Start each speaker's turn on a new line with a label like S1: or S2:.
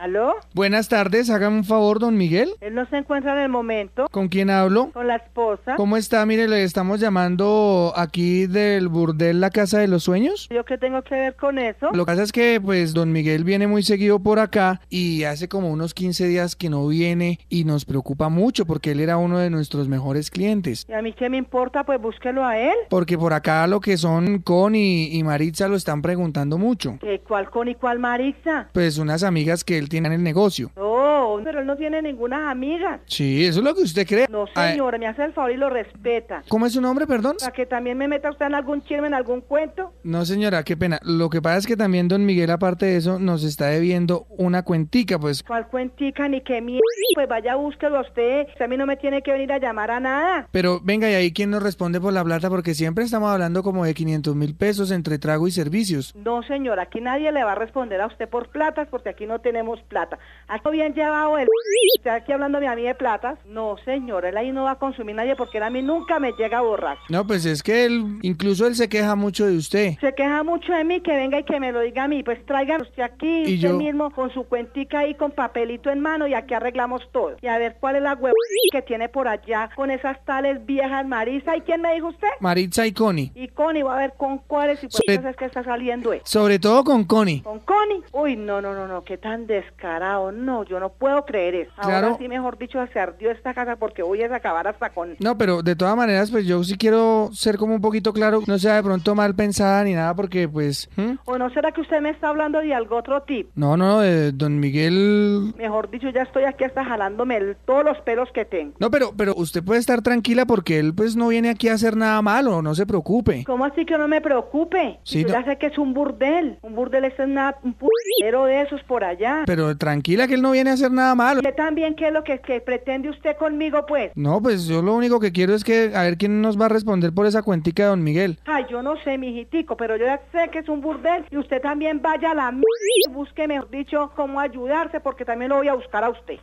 S1: ¿Aló?
S2: Buenas tardes, hágame un favor, don Miguel.
S1: Él no se encuentra en el momento
S2: ¿Con quién hablo?
S1: con la esposa.
S2: ¿Cómo está? Mire, le estamos llamando aquí del burdel La Casa de los Sueños.
S1: ¿Yo qué tengo que ver con eso?
S2: Lo que pasa es que, pues, don Miguel viene muy seguido por acá y hace como unos 15 días que no viene y nos preocupa mucho porque él era uno de nuestros mejores clientes.
S1: ¿Y a mí qué me importa? Pues búsquelo a él.
S2: Porque por acá lo que son Connie y Maritza lo están preguntando mucho.
S1: ¿Qué, ¿Cuál con y cuál Marisa?
S2: Pues unas amigas que él tiene en el negocio.
S1: No, pero él no tiene ninguna amiga.
S2: Sí, eso es lo que usted cree.
S1: No,
S2: Ah,
S1: señora, me hace el favor y lo respeta.
S2: ¿Cómo es su nombre, perdón?
S1: ¿Para que también me meta usted en algún chisme, en algún cuento?
S2: No, señora, qué pena. Lo que pasa es que también don Miguel, aparte de eso, nos está debiendo una cuentica, pues.
S1: ¿Cuál cuentica ni qué mierda? Pues vaya, búsquelo a usted. Usted a mí no me tiene que venir a llamar a nada.
S2: Pero venga, ¿y ahí quién nos responde por la plata? Porque siempre estamos hablando como de 500 mil pesos entre trago y servicios.
S1: No, señora, aquí nadie le va a responder a usted por platas porque aquí no tenemos plata. Aquí bien llevado el... ¿Está aquí hablándome a mí de platas? No, señora, él ahí no va a consumir nadie porque él a mí nunca me llega borracho.
S2: No, pues es que él, incluso él se queja mucho de usted.
S1: Se queja mucho de mí, que venga y que me lo diga a mí. Pues traigan usted aquí,
S2: Y
S1: usted
S2: yo-
S1: mismo, con su cuentica ahí, con papelito en mano, y aquí arreglamos todo. Y a ver cuál es la huevo que tiene por allá con esas tales viejas Marisa. ¿Y quién me dijo usted?
S2: Maritza y Connie.
S1: Y Connie, va a ver con cuáles y
S2: Sobre-
S1: es que está saliendo él.
S2: Sobre todo con Connie.
S1: ¿Con Connie? Uy, no, no, no, no, qué tan descarado. No, yo no puedo creer eso. Ahora
S2: Claro.
S1: sí, mejor dicho, se ardió esta casa porque voy a acabar hasta con...
S2: No, pero de todas maneras, pues yo sí quiero ser como un poquito claro, no sea de pronto mal pensada ni nada, porque pues... ¿hmm?
S1: ¿O no será que usted me está hablando de algo otro tipo?
S2: No, no, no, de don Miguel
S1: Mejor dicho, ya estoy aquí hasta jalándome el- todos los pelos que tengo.
S2: No, pero, pero usted puede estar tranquila porque él pues no viene aquí a hacer nada malo, no se preocupe.
S1: ¿Cómo así que no me preocupe?
S2: Sí,
S1: yo
S2: no-
S1: ya sé que es un burdel. Un burdel es una, un putero de esos por allá.
S2: Pero tranquila que él no viene a hacer nada malo.
S1: ¿Usted también qué es lo que, que pretende usted conmigo, pues?
S2: No, pues yo lo único que quiero es que a ver quién nos va a responder por esa cuentica de don Miguel.
S1: Ay, yo no sé, mijitico, pero yo ya sé que es un burdel y usted también vaya a la mierda y busque, mejor dicho, cómo ayudarse porque también lo voy a buscar a usted.